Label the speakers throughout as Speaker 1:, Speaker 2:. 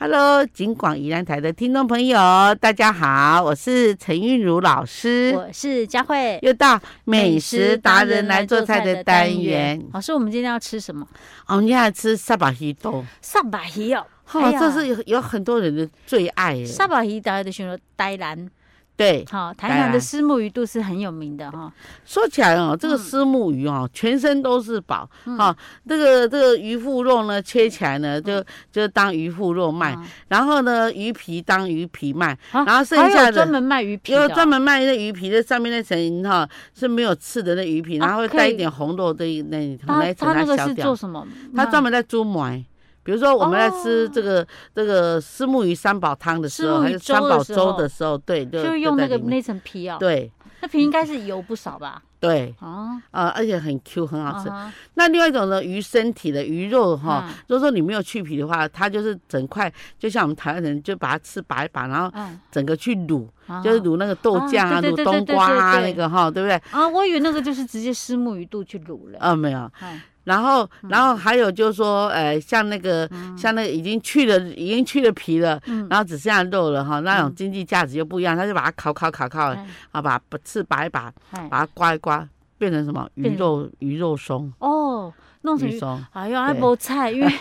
Speaker 1: Hello，景广宜兰台的听众朋友，大家好，我是陈韵如老师，
Speaker 2: 我是佳慧，
Speaker 1: 又到美食达人来做菜的单元。
Speaker 2: 老师，我们今天要吃什么？
Speaker 1: 哦，我们要来吃萨巴鱼豆，
Speaker 2: 上百鱼哦，
Speaker 1: 哦，这是有有很多人的最爱耶。
Speaker 2: 上百鱼，大家都选择呆兰。
Speaker 1: 对，啊
Speaker 2: 好，台
Speaker 1: 台
Speaker 2: 南
Speaker 1: 南
Speaker 2: 的虱目鱼肚是很有名的哈。
Speaker 1: 说起来哦，这
Speaker 2: 嗯
Speaker 1: 个虱目鱼哦，全身都是宝啊。这个这个鱼腹肉呢，切起来呢，就就当鱼腹肉卖，
Speaker 2: 嗯
Speaker 1: 然后呢，鱼皮当鱼皮卖，
Speaker 2: 啊
Speaker 1: 然后剩
Speaker 2: 还有
Speaker 1: 下的
Speaker 2: 专门卖鱼皮的哦，
Speaker 1: 有专门卖那鱼皮，那上面那层哈是没有刺的那鱼皮，
Speaker 2: 啊
Speaker 1: 然后会
Speaker 2: 可以
Speaker 1: 带一点红肉的那
Speaker 2: 他
Speaker 1: 那一层
Speaker 2: 他那
Speaker 1: 它
Speaker 2: 个
Speaker 1: 小
Speaker 2: 是做
Speaker 1: 掉。
Speaker 2: 什么？啊
Speaker 1: 它专
Speaker 2: 门
Speaker 1: 门在猪买，比如说我们在吃
Speaker 2: 哦
Speaker 1: 这个这个虱目鱼三宝汤的时候，
Speaker 2: 虱目
Speaker 1: 还
Speaker 2: 鱼
Speaker 1: 是三宝
Speaker 2: 粥的
Speaker 1: 粥
Speaker 2: 时候
Speaker 1: 的时候，对，就
Speaker 2: 就是用
Speaker 1: 在
Speaker 2: 那个
Speaker 1: 里面
Speaker 2: 那层皮哦，
Speaker 1: 对
Speaker 2: 那皮应该是油不少吧？
Speaker 1: 对，
Speaker 2: 哦，
Speaker 1: 呃，而且很 Q，很好吃。
Speaker 2: 啊哈
Speaker 1: 那另外一种呢，鱼身体的鱼肉哈
Speaker 2: 嗯，
Speaker 1: 如果说你没有去皮的话，它就是整块，就像我们台湾人就把它吃白把，然后
Speaker 2: 嗯，
Speaker 1: 整个去卤，
Speaker 2: 啊
Speaker 1: 就是卤那个豆
Speaker 2: 啊
Speaker 1: 浆啊，
Speaker 2: 对
Speaker 1: 卤
Speaker 2: 对对
Speaker 1: 冬
Speaker 2: 对对
Speaker 1: 瓜啊
Speaker 2: 对
Speaker 1: 那个哈，对不对？
Speaker 2: 啊，我以为那个就是直接虱目鱼肚去卤了。
Speaker 1: 呃，没有。
Speaker 2: 哎
Speaker 1: 然后，然后还有就是说，呃，像那个，像那个已经去了，已经去了皮了，
Speaker 2: 嗯
Speaker 1: 然后只剩下肉了哈，那种经济价值就不一样，他就把它烤烤烤烤，
Speaker 2: 哎
Speaker 1: 啊，把刺拔一拔，
Speaker 2: 哎
Speaker 1: 把它刮一刮，变成什么鱼
Speaker 2: 变成
Speaker 1: 肉鱼肉松，
Speaker 2: 哦，弄成
Speaker 1: 鱼
Speaker 2: 鱼。
Speaker 1: 松，
Speaker 2: 哎呀，还
Speaker 1: 对
Speaker 2: 没 菜，因为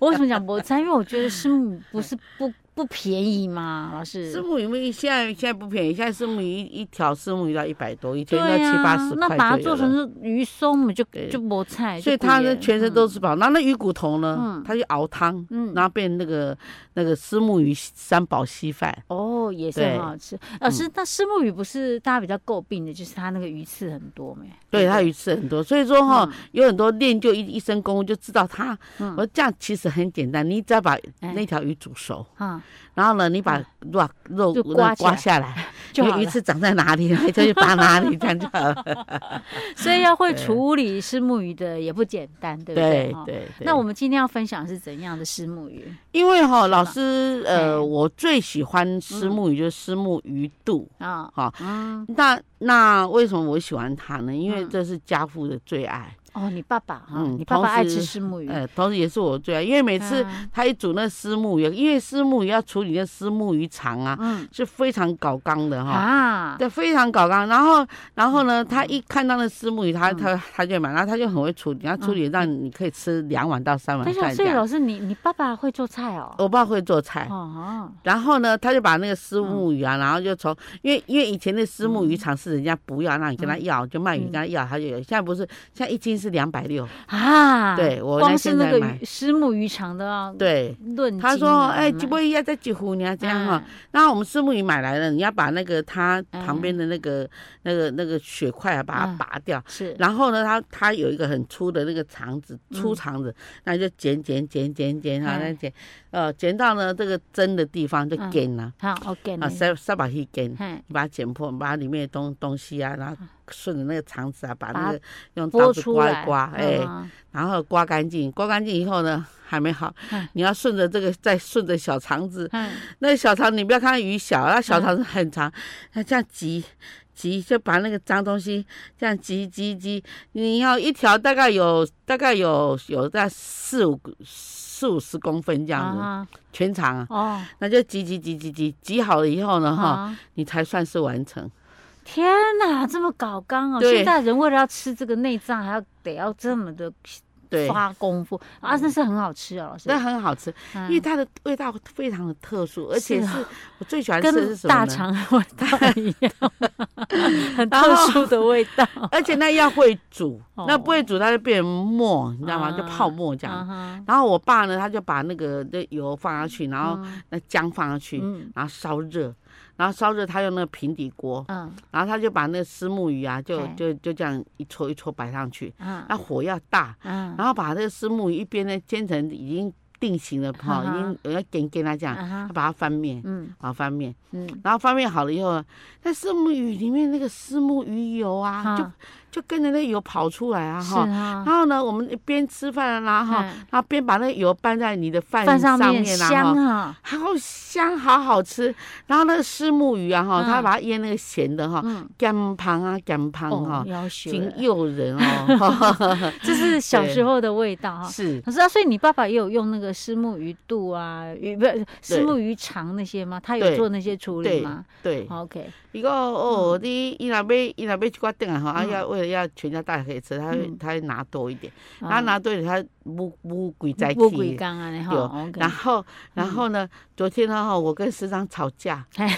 Speaker 2: 我为什么讲没菜？因为我觉得虱目不是不不便宜嘛，老师
Speaker 1: 虱。目鱼现在现在不便宜，现在虱目鱼一一条虱目鱼要一百多，一天
Speaker 2: 对
Speaker 1: 要
Speaker 2: 啊，
Speaker 1: 七八十
Speaker 2: 那
Speaker 1: 块
Speaker 2: 把它
Speaker 1: 就有
Speaker 2: 做成
Speaker 1: 了
Speaker 2: 是鱼松嘛，就
Speaker 1: 对
Speaker 2: 就没菜，
Speaker 1: 所以
Speaker 2: 就
Speaker 1: 它
Speaker 2: 贵
Speaker 1: 呢
Speaker 2: 了
Speaker 1: 全身都是宝。那那鱼骨头呢
Speaker 2: 嗯，
Speaker 1: 它就熬汤，
Speaker 2: 嗯
Speaker 1: 然后变那个那个虱目鱼三宝稀饭。
Speaker 2: 哦，也是很
Speaker 1: 对嗯
Speaker 2: 好吃。老师，那虱目鱼不是大家比较诟病的，就是它那个鱼刺很多没？
Speaker 1: 对
Speaker 2: 不
Speaker 1: 他鱼吃很多，所以说哈、
Speaker 2: 嗯
Speaker 1: 有很多练就一一身功夫，就知道他。
Speaker 2: 嗯
Speaker 1: 我说这样其实很简单，你只要把
Speaker 2: 哎
Speaker 1: 那条鱼煮熟，
Speaker 2: 啊，
Speaker 1: 然后呢，你把肉啊肉
Speaker 2: 就
Speaker 1: 那
Speaker 2: 刮起
Speaker 1: 刮
Speaker 2: 来
Speaker 1: 下来，
Speaker 2: 就
Speaker 1: 那
Speaker 2: 好
Speaker 1: 鱼
Speaker 2: 了
Speaker 1: 刺长在哪里，然 后就去拔哪里，这样就好了。
Speaker 2: 所以要会
Speaker 1: 对
Speaker 2: 处理虱目鱼的也不简单， 对不
Speaker 1: 对
Speaker 2: 哈
Speaker 1: 对对。
Speaker 2: 那我们今天要分享是怎样的虱目鱼？
Speaker 1: 因为哈、老师呃，
Speaker 2: 哎
Speaker 1: 我最喜欢虱目鱼，就是虱目鱼肚。
Speaker 2: 啊，
Speaker 1: 好
Speaker 2: 嗯，
Speaker 1: 那那为什么我喜欢它呢？因为
Speaker 2: 嗯
Speaker 1: 这是家父的最爱，
Speaker 2: 哦，你爸爸哈，
Speaker 1: 嗯
Speaker 2: 你爸爸爱
Speaker 1: 同时
Speaker 2: 吃虱目鱼，
Speaker 1: 呃，同时也是我最爱，因为每次
Speaker 2: 嗯
Speaker 1: 他一煮那虱目鱼，因为虱目鱼要处理那虱目鱼肠啊，
Speaker 2: 嗯
Speaker 1: 是非常搞纲的哈。
Speaker 2: 啊，
Speaker 1: 对，非常搞纲。然后，然后呢，他一看到那虱目鱼，他
Speaker 2: 嗯
Speaker 1: 他他就买，然后他就很会处理，他处理让你可以吃两碗到三碗
Speaker 2: 但
Speaker 1: 饭
Speaker 2: 是
Speaker 1: 这
Speaker 2: 所以
Speaker 1: 样。
Speaker 2: 老师，你你爸爸会做菜哦？
Speaker 1: 我爸会做菜，
Speaker 2: 哦，
Speaker 1: 然后呢，他就把那个虱目鱼啊，然后就从，因为因为以前那虱
Speaker 2: 嗯
Speaker 1: 目鱼场是人家不要，让你跟他要，就卖鱼跟他要，他就有。现在不是，现在一斤是两百六。
Speaker 2: 啊，
Speaker 1: 对我那
Speaker 2: 光
Speaker 1: 天
Speaker 2: 是那
Speaker 1: 在
Speaker 2: 个
Speaker 1: 买
Speaker 2: 鱼虱目鱼肠的啊
Speaker 1: 对，
Speaker 2: 论斤啊，
Speaker 1: 他说，哎，
Speaker 2: 买
Speaker 1: 几波要再几乎你要这样哈、哦
Speaker 2: 嗯
Speaker 1: 然后我们虱目鱼买来了，你要把那个它
Speaker 2: 嗯
Speaker 1: 旁边的那个、那个那个血块啊，把它
Speaker 2: 嗯
Speaker 1: 拔掉。
Speaker 2: 是，
Speaker 1: 然后呢，它它有一个很粗的那个肠子，粗
Speaker 2: 嗯
Speaker 1: 肠子，那就剪剪剪剪剪啊，那
Speaker 2: 哎
Speaker 1: 剪，呃，剪到呢这个针的地方就
Speaker 2: 嗯
Speaker 1: 剪了，
Speaker 2: 好，OK
Speaker 1: 啊，
Speaker 2: 呢，
Speaker 1: 塞塞把去剪，
Speaker 2: 嘿，
Speaker 1: 你把它剪破，把它里面的东东西啊，然后顺着那个肠子啊，把那
Speaker 2: 嗯把
Speaker 1: 个用刀
Speaker 2: 剥
Speaker 1: 子
Speaker 2: 出
Speaker 1: 刮
Speaker 2: 来
Speaker 1: 一，刮，哎、
Speaker 2: 嗯
Speaker 1: 然后刮干净，刮干净以后呢，还没好
Speaker 2: 嗯，
Speaker 1: 你要顺着这个，再顺着小肠子，
Speaker 2: 嗯，
Speaker 1: 那小肠你不要看它鱼小，那小肠子很长，它这样挤挤，就把那个脏东西这样挤挤挤，你要一条大概有大概有有在四五四五十公分这样子，
Speaker 2: 啊
Speaker 1: 全长啊，
Speaker 2: 哦，
Speaker 1: 那就挤挤挤挤挤挤好了以后呢，哈、
Speaker 2: 啊
Speaker 1: 你才算是完成。
Speaker 2: 天哪，这么搞纲哦！
Speaker 1: 对
Speaker 2: 现在人为了要吃这个内脏，还要得要这么的
Speaker 1: 对，嗯啊
Speaker 2: 花功夫啊，那是很好吃哦，老师
Speaker 1: 那，很好吃，
Speaker 2: 嗯
Speaker 1: 因为它的味道非常的特殊，而且
Speaker 2: 是
Speaker 1: 是
Speaker 2: 啊
Speaker 1: 我最喜欢吃的
Speaker 2: 跟
Speaker 1: 是什么
Speaker 2: 大
Speaker 1: 呢？
Speaker 2: 肠的味道一样，很特殊的味道。
Speaker 1: 而且那要会煮，
Speaker 2: 哦
Speaker 1: 那不会煮它就变沫，你知道吗？
Speaker 2: 啊
Speaker 1: 就泡沫这样。
Speaker 2: 啊
Speaker 1: 然后我爸呢，他就把那个那油放上去，然
Speaker 2: 哈
Speaker 1: 后那姜放上去，
Speaker 2: 嗯
Speaker 1: 然后烧热，然后烧热，他用那个平底锅，
Speaker 2: 嗯
Speaker 1: 然后他就把那个虱目鱼啊，就
Speaker 2: 哎
Speaker 1: 就就这样一撮一撮摆上去，
Speaker 2: 嗯
Speaker 1: 那火要大，
Speaker 2: 嗯
Speaker 1: 然后把这个虱目鱼一边呢煎成已经定型了哈，
Speaker 2: 啊
Speaker 1: 已经呃我要煎煎它这样，
Speaker 2: 嗯
Speaker 1: 他把它翻面，
Speaker 2: 嗯
Speaker 1: 把它翻面，
Speaker 2: 嗯，
Speaker 1: 然后翻面好了以后，那虱目鱼里面那个虱目鱼油啊，就
Speaker 2: 哈
Speaker 1: 就跟着那油跑出来啊
Speaker 2: 是
Speaker 1: 哈。
Speaker 2: 哈，
Speaker 1: 然后呢，我们边吃饭啦哈，
Speaker 2: 嗯
Speaker 1: 然后边把那个油拌在你的饭
Speaker 2: 饭上面
Speaker 1: 面啦
Speaker 2: 香
Speaker 1: 哈。
Speaker 2: 啊，
Speaker 1: 好香，好好吃。然后那个虱目鱼啊，哈、
Speaker 2: 嗯
Speaker 1: 它把它腌那个咸的哈，
Speaker 2: 嗯，
Speaker 1: 干胖啊，干胖
Speaker 2: 哦
Speaker 1: 哈，，
Speaker 2: 要学了，
Speaker 1: 挺诱人哦。
Speaker 2: 这是小时候的味道哈。
Speaker 1: 是，
Speaker 2: 可是啊，所以你爸爸也有用那个个虱目鱼肚啊，鱼不是虱目鱼肠那些吗？他有
Speaker 1: 对
Speaker 2: 做那些处理
Speaker 1: 对
Speaker 2: 吗
Speaker 1: 对，
Speaker 2: ？OK，
Speaker 1: 伊讲哦，你伊若要伊若要一寡顿啊吼，啊
Speaker 2: 嗯
Speaker 1: 要为了要全家大家可以吃，他会
Speaker 2: 嗯哦
Speaker 1: 他会拿多一点，他拿多一点，他母母鬼在
Speaker 2: 不鬼嗯
Speaker 1: 起。
Speaker 2: 刚啊，你
Speaker 1: 有
Speaker 2: 好，OK，
Speaker 1: 然后，然后呢？昨天呢，哈，我跟师长吵架，
Speaker 2: 哎，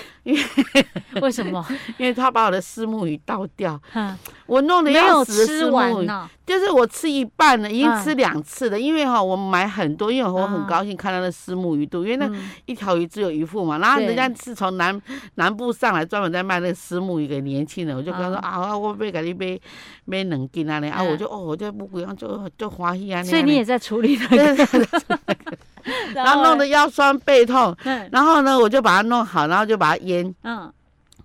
Speaker 2: 为什么？
Speaker 1: 因为他把我的虱目鱼倒掉，
Speaker 2: 嗯
Speaker 1: 我弄得
Speaker 2: 没
Speaker 1: 要
Speaker 2: 有
Speaker 1: 死的
Speaker 2: 吃
Speaker 1: 虱目
Speaker 2: 完
Speaker 1: 鱼，
Speaker 2: 呢？
Speaker 1: 就是我吃一半了，已经
Speaker 2: 嗯
Speaker 1: 吃两次了，因为哈，我买很多，因为我很
Speaker 2: 啊
Speaker 1: 高兴看到那虱目鱼肚，因为那
Speaker 2: 嗯
Speaker 1: 一条鱼只有一副嘛，然后
Speaker 2: 对
Speaker 1: 人家是从南南部上来，专门在卖那个虱目鱼给年轻人，我就跟他说
Speaker 2: 啊
Speaker 1: 啊，我我被给你买买两斤啊，啊，
Speaker 2: 嗯
Speaker 1: 我就哦，我就不贵，就就欢喜啊，
Speaker 2: 所以你也在处理那
Speaker 1: 对
Speaker 2: 个，
Speaker 1: 对对 然后 弄得腰酸背痛，
Speaker 2: 嗯
Speaker 1: 然后呢，我就把它弄好，然后就把它腌
Speaker 2: 嗯，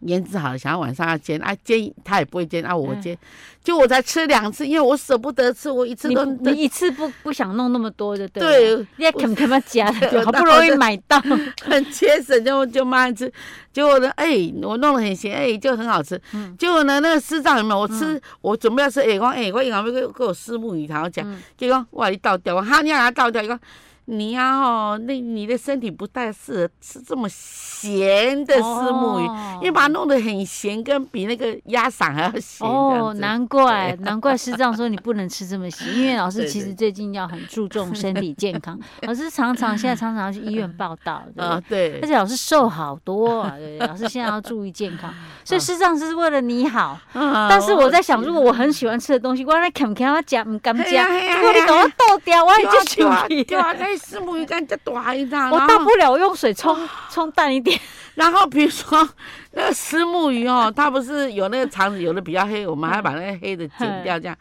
Speaker 1: 腌制好了，想要晚上要煎啊，煎它也不会煎啊，
Speaker 2: 嗯
Speaker 1: 我煎，就我才吃两次，因为我舍不得吃，我一次
Speaker 2: 你
Speaker 1: 都
Speaker 2: 不你一次不不想弄那么多就对了，
Speaker 1: 对，
Speaker 2: 你也肯肯嘛 夹的，就好不容易买到，
Speaker 1: 很节省，就就慢慢吃。结果呢，哎、我弄得很咸，哎、就很好吃。
Speaker 2: 嗯
Speaker 1: 结果呢，那个师长有没有？我吃，我准备要吃，哎、我哎、我一旁边给我给我师母鱼，然后讲
Speaker 2: 嗯，
Speaker 1: 结果哇，你倒掉，我哈，你要给它倒掉，一个。你呀、哦，那你的身体不太适合吃这么咸的丝木鱼，
Speaker 2: 哦
Speaker 1: 因为把它弄得很咸，跟比那个鸭嗓还要咸。这样
Speaker 2: 哦，
Speaker 1: 子
Speaker 2: 难怪难怪师丈说你不能吃这么咸，因为老师
Speaker 1: 对
Speaker 2: 其
Speaker 1: 对
Speaker 2: 实最近要很注重身体健 康，老师常常现在常常要去医院报道，对不对
Speaker 1: 啊，对
Speaker 2: 而，且老师瘦好多啊，对不对？老师现在要注意健 康，
Speaker 1: 啊
Speaker 2: 所以师丈是为了你好。但
Speaker 1: 但
Speaker 2: 是我在想，如果我很喜欢吃的东西，我来啃啃，我夹唔敢
Speaker 1: 嘿呀
Speaker 2: 夹，
Speaker 1: 嘿呀
Speaker 2: 如果你
Speaker 1: 嘿呀
Speaker 2: 给我倒掉， 我也
Speaker 1: 对啊
Speaker 2: 就
Speaker 1: 对啊
Speaker 2: 生气
Speaker 1: 对
Speaker 2: 了。
Speaker 1: 啊，那丝木鱼干就大一大，
Speaker 2: 我
Speaker 1: 然
Speaker 2: 大
Speaker 1: 后啊
Speaker 2: 不了我用水冲冲淡一 点。
Speaker 1: 然后比如说 那个石目鱼哦，它不是有那个肠子，有的比较黑，我们还把那个黑的剪掉，这样。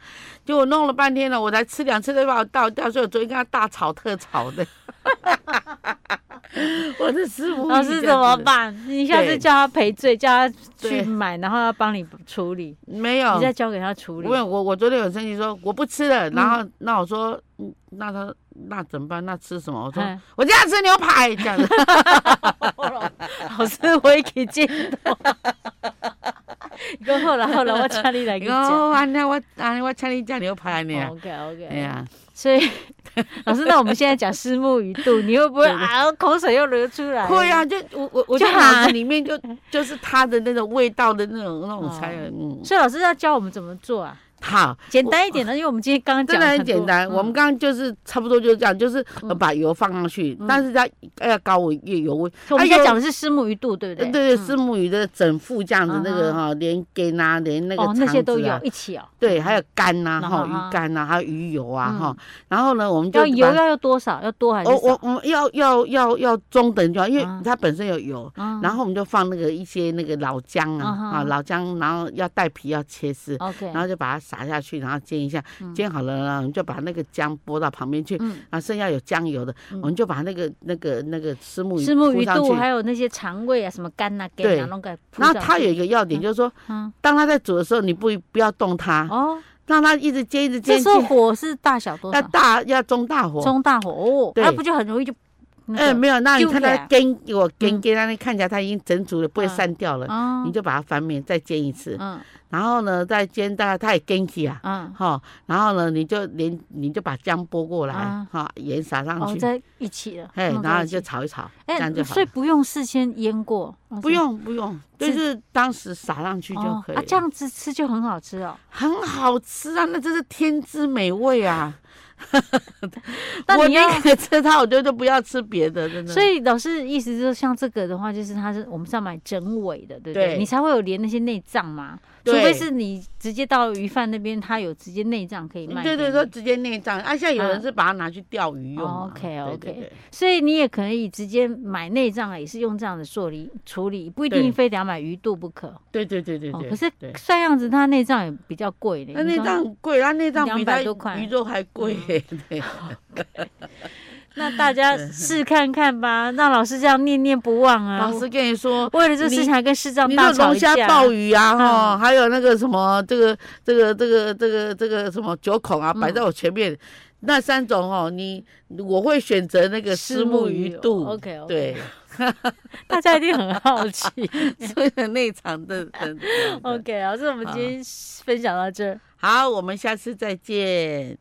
Speaker 1: 就我弄了半天了，我才吃两次就把我倒掉，所以我昨天跟他大吵特吵的。 我的石目鱼
Speaker 2: 老师怎哦么？办？你下次
Speaker 1: 对
Speaker 2: 叫他赔罪，叫他
Speaker 1: 对
Speaker 2: 去买，然后要帮你处理，
Speaker 1: 没有
Speaker 2: 你，再交给他处理
Speaker 1: 因。为我我昨天有生气说我不吃了，然后那我说，嗯，那他那怎么办？那吃什么？我说
Speaker 2: 嗯
Speaker 1: 我今天要吃牛排，这样子。
Speaker 2: 老师，我也可以见 到。你讲好了好了，我请你来去讲。
Speaker 1: 哦，安尼我安尼我请你吃牛排呢。
Speaker 2: OK
Speaker 1: 哎
Speaker 2: OK，
Speaker 1: 呀，
Speaker 2: 所以老师，那我们现在讲虱目鱼肚，你会不会
Speaker 1: 对对
Speaker 2: 啊口水又流出来？
Speaker 1: 会啊，，就我我我就
Speaker 2: 就
Speaker 1: 脑子
Speaker 2: 喊
Speaker 1: 里面 就就是它的那种味道的那种那种
Speaker 2: 哦
Speaker 1: 菜，嗯，
Speaker 2: 所以老师要教我们怎么做啊？
Speaker 1: 好，
Speaker 2: 简单一点的，因为我们今天刚刚
Speaker 1: 真的
Speaker 2: 讲了
Speaker 1: 很
Speaker 2: 多
Speaker 1: 简单。
Speaker 2: 嗯
Speaker 1: 我们刚刚就是差不多就是这样，就是呃
Speaker 2: 嗯
Speaker 1: 把油放上去，
Speaker 2: 嗯
Speaker 1: 但是它要高温越油温，
Speaker 2: 我们
Speaker 1: 哎
Speaker 2: 现
Speaker 1: 呦
Speaker 2: 在讲的是虱目鱼肚，对不
Speaker 1: 对对，
Speaker 2: 对？嗯
Speaker 1: 丝木鱼的整副这样子
Speaker 2: 嗯
Speaker 1: 那个
Speaker 2: 嗯
Speaker 1: 哈，连根啊，连那个
Speaker 2: 哦，那些
Speaker 1: 肠
Speaker 2: 都
Speaker 1: 子
Speaker 2: 有
Speaker 1: 啊。
Speaker 2: 一起哦。
Speaker 1: 对，还有干呐，
Speaker 2: 嗯
Speaker 1: 哈，
Speaker 2: 嗯嗯
Speaker 1: 鱼干呐，还有鱼油啊，
Speaker 2: 嗯
Speaker 1: 哈，然后呢，我们就
Speaker 2: 要油
Speaker 1: 把
Speaker 2: 要要多少？要多还是
Speaker 1: 我我
Speaker 2: 少？
Speaker 1: 我们要要要要中等就好，因为
Speaker 2: 嗯
Speaker 1: 它本身有油，
Speaker 2: 嗯
Speaker 1: 然后我们就放那个一些那个老姜啊，
Speaker 2: 嗯
Speaker 1: 啊
Speaker 2: 哼
Speaker 1: 老姜，然后要带皮要切丝，
Speaker 2: OK，
Speaker 1: 然后就把它撒下去，然后煎一下，
Speaker 2: 嗯
Speaker 1: 煎好了，然后我们就把那个姜拨到旁边去，
Speaker 2: 嗯，
Speaker 1: 啊剩下有姜油的，
Speaker 2: 嗯
Speaker 1: 我们就把那个那个那个石目鱼
Speaker 2: 虱目鱼
Speaker 1: 铺上去
Speaker 2: 肚。还有那些肠胃啊，什么肝呐、
Speaker 1: 对
Speaker 2: 给啊，弄个铺
Speaker 1: 然后
Speaker 2: 上
Speaker 1: 它
Speaker 2: 去
Speaker 1: 有一个要点，就是说，
Speaker 2: 嗯
Speaker 1: 当它在煮的时候，你不不要动它，
Speaker 2: 哦，
Speaker 1: 让它一直煎一直
Speaker 2: 这
Speaker 1: 煎，
Speaker 2: 时候
Speaker 1: 煎
Speaker 2: 火是大小多
Speaker 1: 要
Speaker 2: 少？
Speaker 1: 大要中大火。
Speaker 2: 中大火哦，
Speaker 1: 对
Speaker 2: 那不就很容易就那
Speaker 1: 哎，
Speaker 2: 个
Speaker 1: 没有，那你
Speaker 2: 就
Speaker 1: 看
Speaker 2: 起来
Speaker 1: 它根，我根
Speaker 2: 嗯
Speaker 1: 根，那看起来它已经整煮了，不会
Speaker 2: 嗯
Speaker 1: 散掉了，
Speaker 2: 啊
Speaker 1: 你就把它翻面再煎一次，
Speaker 2: 嗯
Speaker 1: 然后呢再煎大概它也根起啊，
Speaker 2: 嗯，
Speaker 1: 好、然后呢，你就连你就把姜拨过来，哈、
Speaker 2: 啊
Speaker 1: 盐撒上
Speaker 2: 哦
Speaker 1: 去，
Speaker 2: 在一起了，
Speaker 1: 嘿，
Speaker 2: 弄在
Speaker 1: 然后
Speaker 2: 一
Speaker 1: 就
Speaker 2: 起
Speaker 1: 炒一炒，这样
Speaker 2: 哎，
Speaker 1: 就好
Speaker 2: 所以
Speaker 1: 了。
Speaker 2: 不用事先腌过，哦
Speaker 1: 不用不用，就
Speaker 2: 自
Speaker 1: 是当时撒上去就
Speaker 2: 是吗
Speaker 1: 可以
Speaker 2: 哦
Speaker 1: 了、
Speaker 2: 啊，这样子吃就很好吃哦。
Speaker 1: 很好吃啊，那真是天之美味啊！
Speaker 2: 但
Speaker 1: 我
Speaker 2: 你
Speaker 1: 宁
Speaker 2: 要
Speaker 1: 可吃它，我觉得不要吃别的，真的。
Speaker 2: 所以老师意思就是，像这个的话，就是它是我们是要买整尾的，对不对？
Speaker 1: 对
Speaker 2: 你才会有连那些内脏嘛，除
Speaker 1: 对
Speaker 2: 非是你直接到鱼贩那边，它有直接内脏可以卖。
Speaker 1: 嗯对对
Speaker 2: 给
Speaker 1: 对，
Speaker 2: 你，
Speaker 1: 直接内脏。啊，现在有人
Speaker 2: 啊
Speaker 1: 是把它拿去钓鱼用啊嘛、
Speaker 2: 哦，OK，OK
Speaker 1: 对对对
Speaker 2: 所以你也可以直接买内脏啊，也是用这样的处理处理，不一
Speaker 1: 对
Speaker 2: 定非得要买鱼肚不可。
Speaker 1: 对对对对
Speaker 2: 哦
Speaker 1: 对。，
Speaker 2: 可是
Speaker 1: 对
Speaker 2: 算样子，它内脏也比较贵呢。
Speaker 1: 那
Speaker 2: 哎你
Speaker 1: 内
Speaker 2: 说
Speaker 1: 脏很贵，它内脏比
Speaker 2: 200
Speaker 1: 它
Speaker 2: 多块嗯哎
Speaker 1: 鱼肉还贵、对
Speaker 2: 那 大家试看看吧，让老师这样念念不忘啊。
Speaker 1: 老师跟你说，
Speaker 2: 为了这
Speaker 1: 你
Speaker 2: 事情还跟市长
Speaker 1: 你
Speaker 2: 大
Speaker 1: 说
Speaker 2: 吵
Speaker 1: 龙
Speaker 2: 一
Speaker 1: 虾
Speaker 2: 架。
Speaker 1: 鲍鱼啊，哈、
Speaker 2: 嗯
Speaker 1: 还有那个什么，这个这个这个这个这个什么九孔啊，
Speaker 2: 嗯
Speaker 1: 摆在我前面、那三种哦，你我会选择那个
Speaker 2: 虱
Speaker 1: 虱目
Speaker 2: 目
Speaker 1: 鱼
Speaker 2: 鱼
Speaker 1: 肚。
Speaker 2: ，OK，OK
Speaker 1: 对，
Speaker 2: 大家一定很好奇。
Speaker 1: 所以的内肠的真的。真的
Speaker 2: OK，老师，我们今天分享到这儿。
Speaker 1: 好，我们下次再见。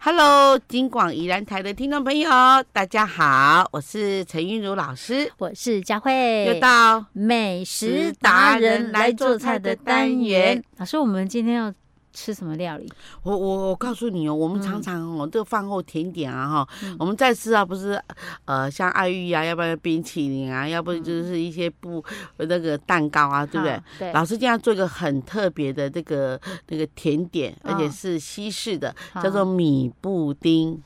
Speaker 1: Hello，金广宜兰台的听众朋友，大家好，我是陈韵如老师，
Speaker 2: 我是佳慧，
Speaker 1: 又到
Speaker 2: 美食达人来做菜的单元。老师，我们今天要吃什么料理？
Speaker 1: 我我我告诉你哦，我们
Speaker 2: 嗯
Speaker 1: 常常哦，这个饭后甜点啊哈，
Speaker 2: 嗯
Speaker 1: 我们在吃啊，不是呃像爱玉啊，要不然冰淇淋啊，要不然就是一些布那个蛋糕啊，对不对
Speaker 2: 嗯好？？对，
Speaker 1: 老师今天要做一个很特别的这个那个甜点，
Speaker 2: 嗯
Speaker 1: 而且是西式的，
Speaker 2: 好
Speaker 1: 叫做米布丁。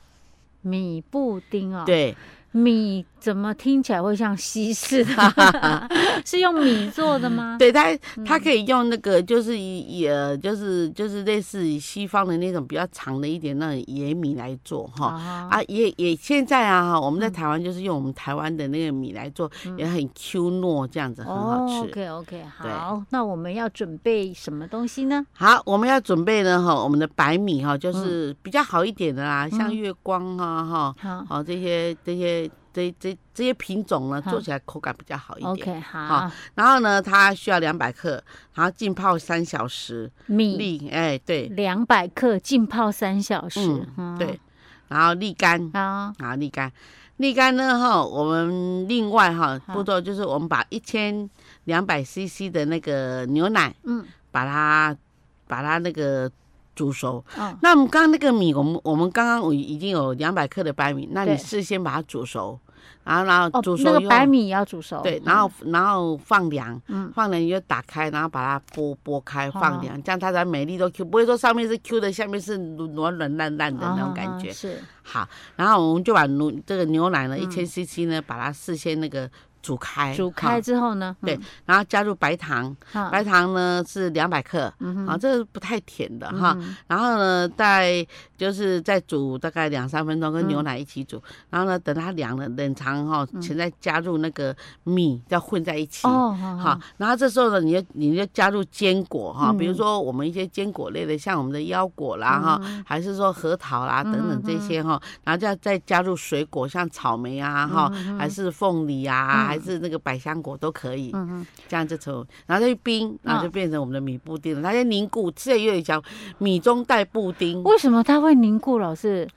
Speaker 2: 米布丁哦。，
Speaker 1: 对，
Speaker 2: 米怎么听起来会像西式的？ 是用米做的吗？
Speaker 1: 对它它
Speaker 2: 嗯
Speaker 1: 可以用那个就是以也就是就是类似于西方的那种比较长的一点那种野米来做哈。
Speaker 2: 啊
Speaker 1: 啊，也也现在啊，哈我们在
Speaker 2: 嗯
Speaker 1: 台湾就是用我们台湾的那个米来做，也很 Q 糯，这样子很好吃。
Speaker 2: 哦 OK OK，好，那我们要准备什么东西呢？
Speaker 1: 好，我们要准备呢，哈，我们的白米哈，就是比较好一点的啦，像
Speaker 2: 嗯
Speaker 1: 月光啊，哈，
Speaker 2: 好
Speaker 1: 好这些这些这这这些品种呢，
Speaker 2: 好
Speaker 1: 做起来口感比较好一点。
Speaker 2: 嗯，OK，好，
Speaker 1: 然后呢，它需要两百克，然后浸泡三小时，
Speaker 2: 米
Speaker 1: 沥哎对，
Speaker 2: 两百克，浸泡三小时。
Speaker 1: 嗯
Speaker 2: 哦
Speaker 1: 对，然后沥干，
Speaker 2: 好，
Speaker 1: 啊，沥干，沥干呢哈，我们另外哈
Speaker 2: 好
Speaker 1: 步骤就是我们把一千两百 CC 的那个牛奶，
Speaker 2: 嗯，
Speaker 1: 把它把它那个煮熟。
Speaker 2: 哦，
Speaker 1: 那我们刚刚那个米，我们我们刚刚我已经有两百克的白米，那你
Speaker 2: 对
Speaker 1: 事先把它煮熟，然后然后
Speaker 2: 哦
Speaker 1: 煮，熟
Speaker 2: 那
Speaker 1: 以
Speaker 2: 个
Speaker 1: 后，
Speaker 2: 白米也要煮熟。
Speaker 1: 对，
Speaker 2: 嗯
Speaker 1: 然后然后放凉。
Speaker 2: 嗯，哦
Speaker 1: 放凉你就打开，然后把它剥剥开
Speaker 2: 好
Speaker 1: 放凉，这样它才美丽都 Q，不会说上面是 Q 的，下面是软软烂烂的那种感觉
Speaker 2: 啊。是，
Speaker 1: 好，然后我们就把牛这个牛奶呢，
Speaker 2: 嗯
Speaker 1: 一千 CC 呢，把它事先那个煮开，
Speaker 2: 煮开
Speaker 1: 哈，
Speaker 2: 之后呢？
Speaker 1: 对
Speaker 2: 嗯，
Speaker 1: 然后加入白糖，
Speaker 2: 好，
Speaker 1: 白糖呢是两百克，
Speaker 2: 嗯哼嗯
Speaker 1: 啊，这个不太甜的哈。，然后呢，再就是再煮大概两三分钟，跟
Speaker 2: 嗯
Speaker 1: 牛奶一起煮。然后呢，等它凉了，冷藏哈，前再加入那个米，再混在一起。
Speaker 2: 哦，
Speaker 1: 好，，然后这时候呢，你就你就加入坚果哈，比如
Speaker 2: 嗯
Speaker 1: 说我们一些坚果类的，像我们的腰果啦哈，
Speaker 2: 嗯
Speaker 1: 还是说核桃啦等等这些哈，然后再再加入水果，像草莓啊哈，还是凤梨啊，
Speaker 2: 嗯
Speaker 1: 还是那个百香果都可以，
Speaker 2: 嗯嗯，
Speaker 1: 这样就成，然后再去冰，然后就变成我们的米布丁了。它就凝固，吃的有点像米中带布丁。
Speaker 2: 为什么它会凝固？老师，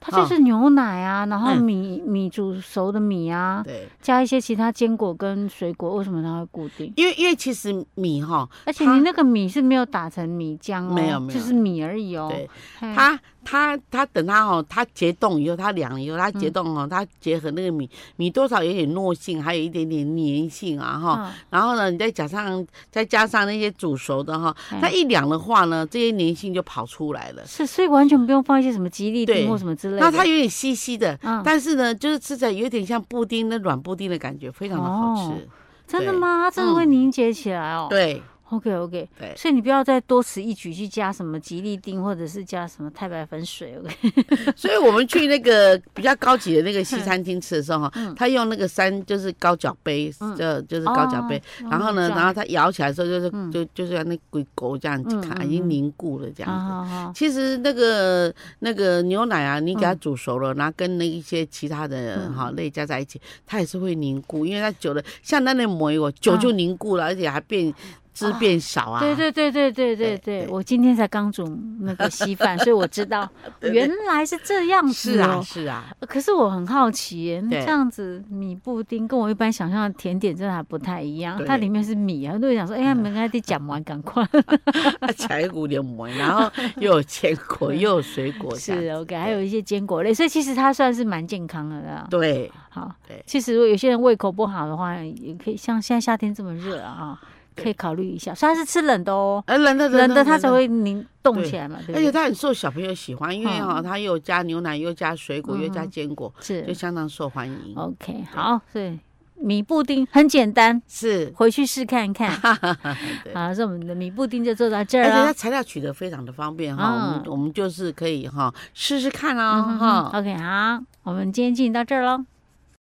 Speaker 2: 它就
Speaker 1: 哦
Speaker 2: 是牛奶啊，然后
Speaker 1: 嗯
Speaker 2: 米米煮熟的米啊，
Speaker 1: 对，
Speaker 2: 加一些其他坚果跟水果，为什么它会固定？
Speaker 1: 因为因为其实米哈，
Speaker 2: 而且
Speaker 1: 它
Speaker 2: 你那个米是没有打成米浆哦，
Speaker 1: 没有没有
Speaker 2: 就是米而已哦。
Speaker 1: 对
Speaker 2: 嘿，
Speaker 1: 它它它等它哦，它结冻以后，它凉了以后，
Speaker 2: 嗯
Speaker 1: 它结冻哦，它结合那个米，米多少有点糯性，还有一点点粘性啊哈。
Speaker 2: 嗯
Speaker 1: 然后呢，你再加上再加上那些煮熟的哈，
Speaker 2: 嘿
Speaker 1: 那一凉的话呢，这些粘性就跑出来了。
Speaker 2: 是，所以完全不用放一些什么吉利
Speaker 1: 对
Speaker 2: 丁或什么之类的。
Speaker 1: 那它有点稀稀的，
Speaker 2: 嗯
Speaker 1: 但是呢，就是吃起来有点像布丁那软布丁的感觉，非常的好吃。
Speaker 2: 哦真的
Speaker 1: 对
Speaker 2: 吗？它真的会
Speaker 1: 嗯
Speaker 2: 凝结起来哦。
Speaker 1: 对
Speaker 2: OK OK，
Speaker 1: 对，
Speaker 2: 所以你不要再多此一举去加什么吉利丁，或者是加什么太白粉水。OK，
Speaker 1: 所以我们去那个比较高级的那个西餐厅吃的时候哈，
Speaker 2: 嗯
Speaker 1: 他用那个三就是高脚杯，
Speaker 2: 嗯
Speaker 1: 就就是高脚杯，
Speaker 2: 哦
Speaker 1: 然后呢，
Speaker 2: 这样
Speaker 1: 然后它摇起来的时候就是、
Speaker 2: 嗯
Speaker 1: 就就是像那鬼狗这样子
Speaker 2: 嗯
Speaker 1: 看，
Speaker 2: 嗯
Speaker 1: 已经
Speaker 2: 嗯
Speaker 1: 凝固了这样子。
Speaker 2: 啊好好
Speaker 1: 其实那个那个牛奶啊，你给它煮熟了，然后跟那一些其他的
Speaker 2: 嗯
Speaker 1: 哈类加在一起，它也是会凝固，因为它久了，像那那膜油，久就凝固了，而且还变汁
Speaker 2: 啊
Speaker 1: 变少啊。
Speaker 2: 对对对对
Speaker 1: 对
Speaker 2: 对对
Speaker 1: 对
Speaker 2: 对，我今天才刚煮那个稀 饭，所以我知道
Speaker 1: 对对
Speaker 2: 原来是这样
Speaker 1: 是
Speaker 2: 子
Speaker 1: 啊
Speaker 2: 哦。
Speaker 1: 是啊，
Speaker 2: 可是我很好奇耶，
Speaker 1: 对
Speaker 2: 这样子米布丁跟我一般想象的甜点真的还不太一样
Speaker 1: 对，嗯
Speaker 2: 它里面是米啊，很多人想说，哎、呀，你们刚才得讲完，赶 快。
Speaker 1: 它起一股点膜，然后又有坚 果，又有水果，这样
Speaker 2: 是啊 OK，还
Speaker 1: 对
Speaker 2: 有一些坚果类，所以其实它算是蛮健康的啦。
Speaker 1: 对
Speaker 2: 好
Speaker 1: 对，
Speaker 2: 其实如果有些人胃口不好的话，也可以像现在夏天这么热啊，
Speaker 1: 对
Speaker 2: 可以考虑一下。虽然是吃冷的哦，
Speaker 1: 呃，冷的
Speaker 2: 冷的它才。会凝冻
Speaker 1: 对
Speaker 2: 起来嘛，对
Speaker 1: 而且
Speaker 2: 不对？
Speaker 1: 它很受小朋友喜欢，因为哈、它又加牛奶，又加水果，又加
Speaker 2: 嗯嗯哼哦
Speaker 1: 坚果，就是相当受欢迎。
Speaker 2: OK，好，所以米布丁很简单，
Speaker 1: 是，
Speaker 2: 回去试看看。
Speaker 1: 对
Speaker 2: 好，这我们的米布丁就做到这
Speaker 1: 而
Speaker 2: 儿
Speaker 1: 且它
Speaker 2: 了。
Speaker 1: 材料取得非常的方便哈、我们
Speaker 2: 啊嗯
Speaker 1: 我们就是可以哈试试看
Speaker 2: 嗯
Speaker 1: 啊
Speaker 2: 哼
Speaker 1: 哈。
Speaker 2: 哼 OK，好，我们今天进行到这儿喽。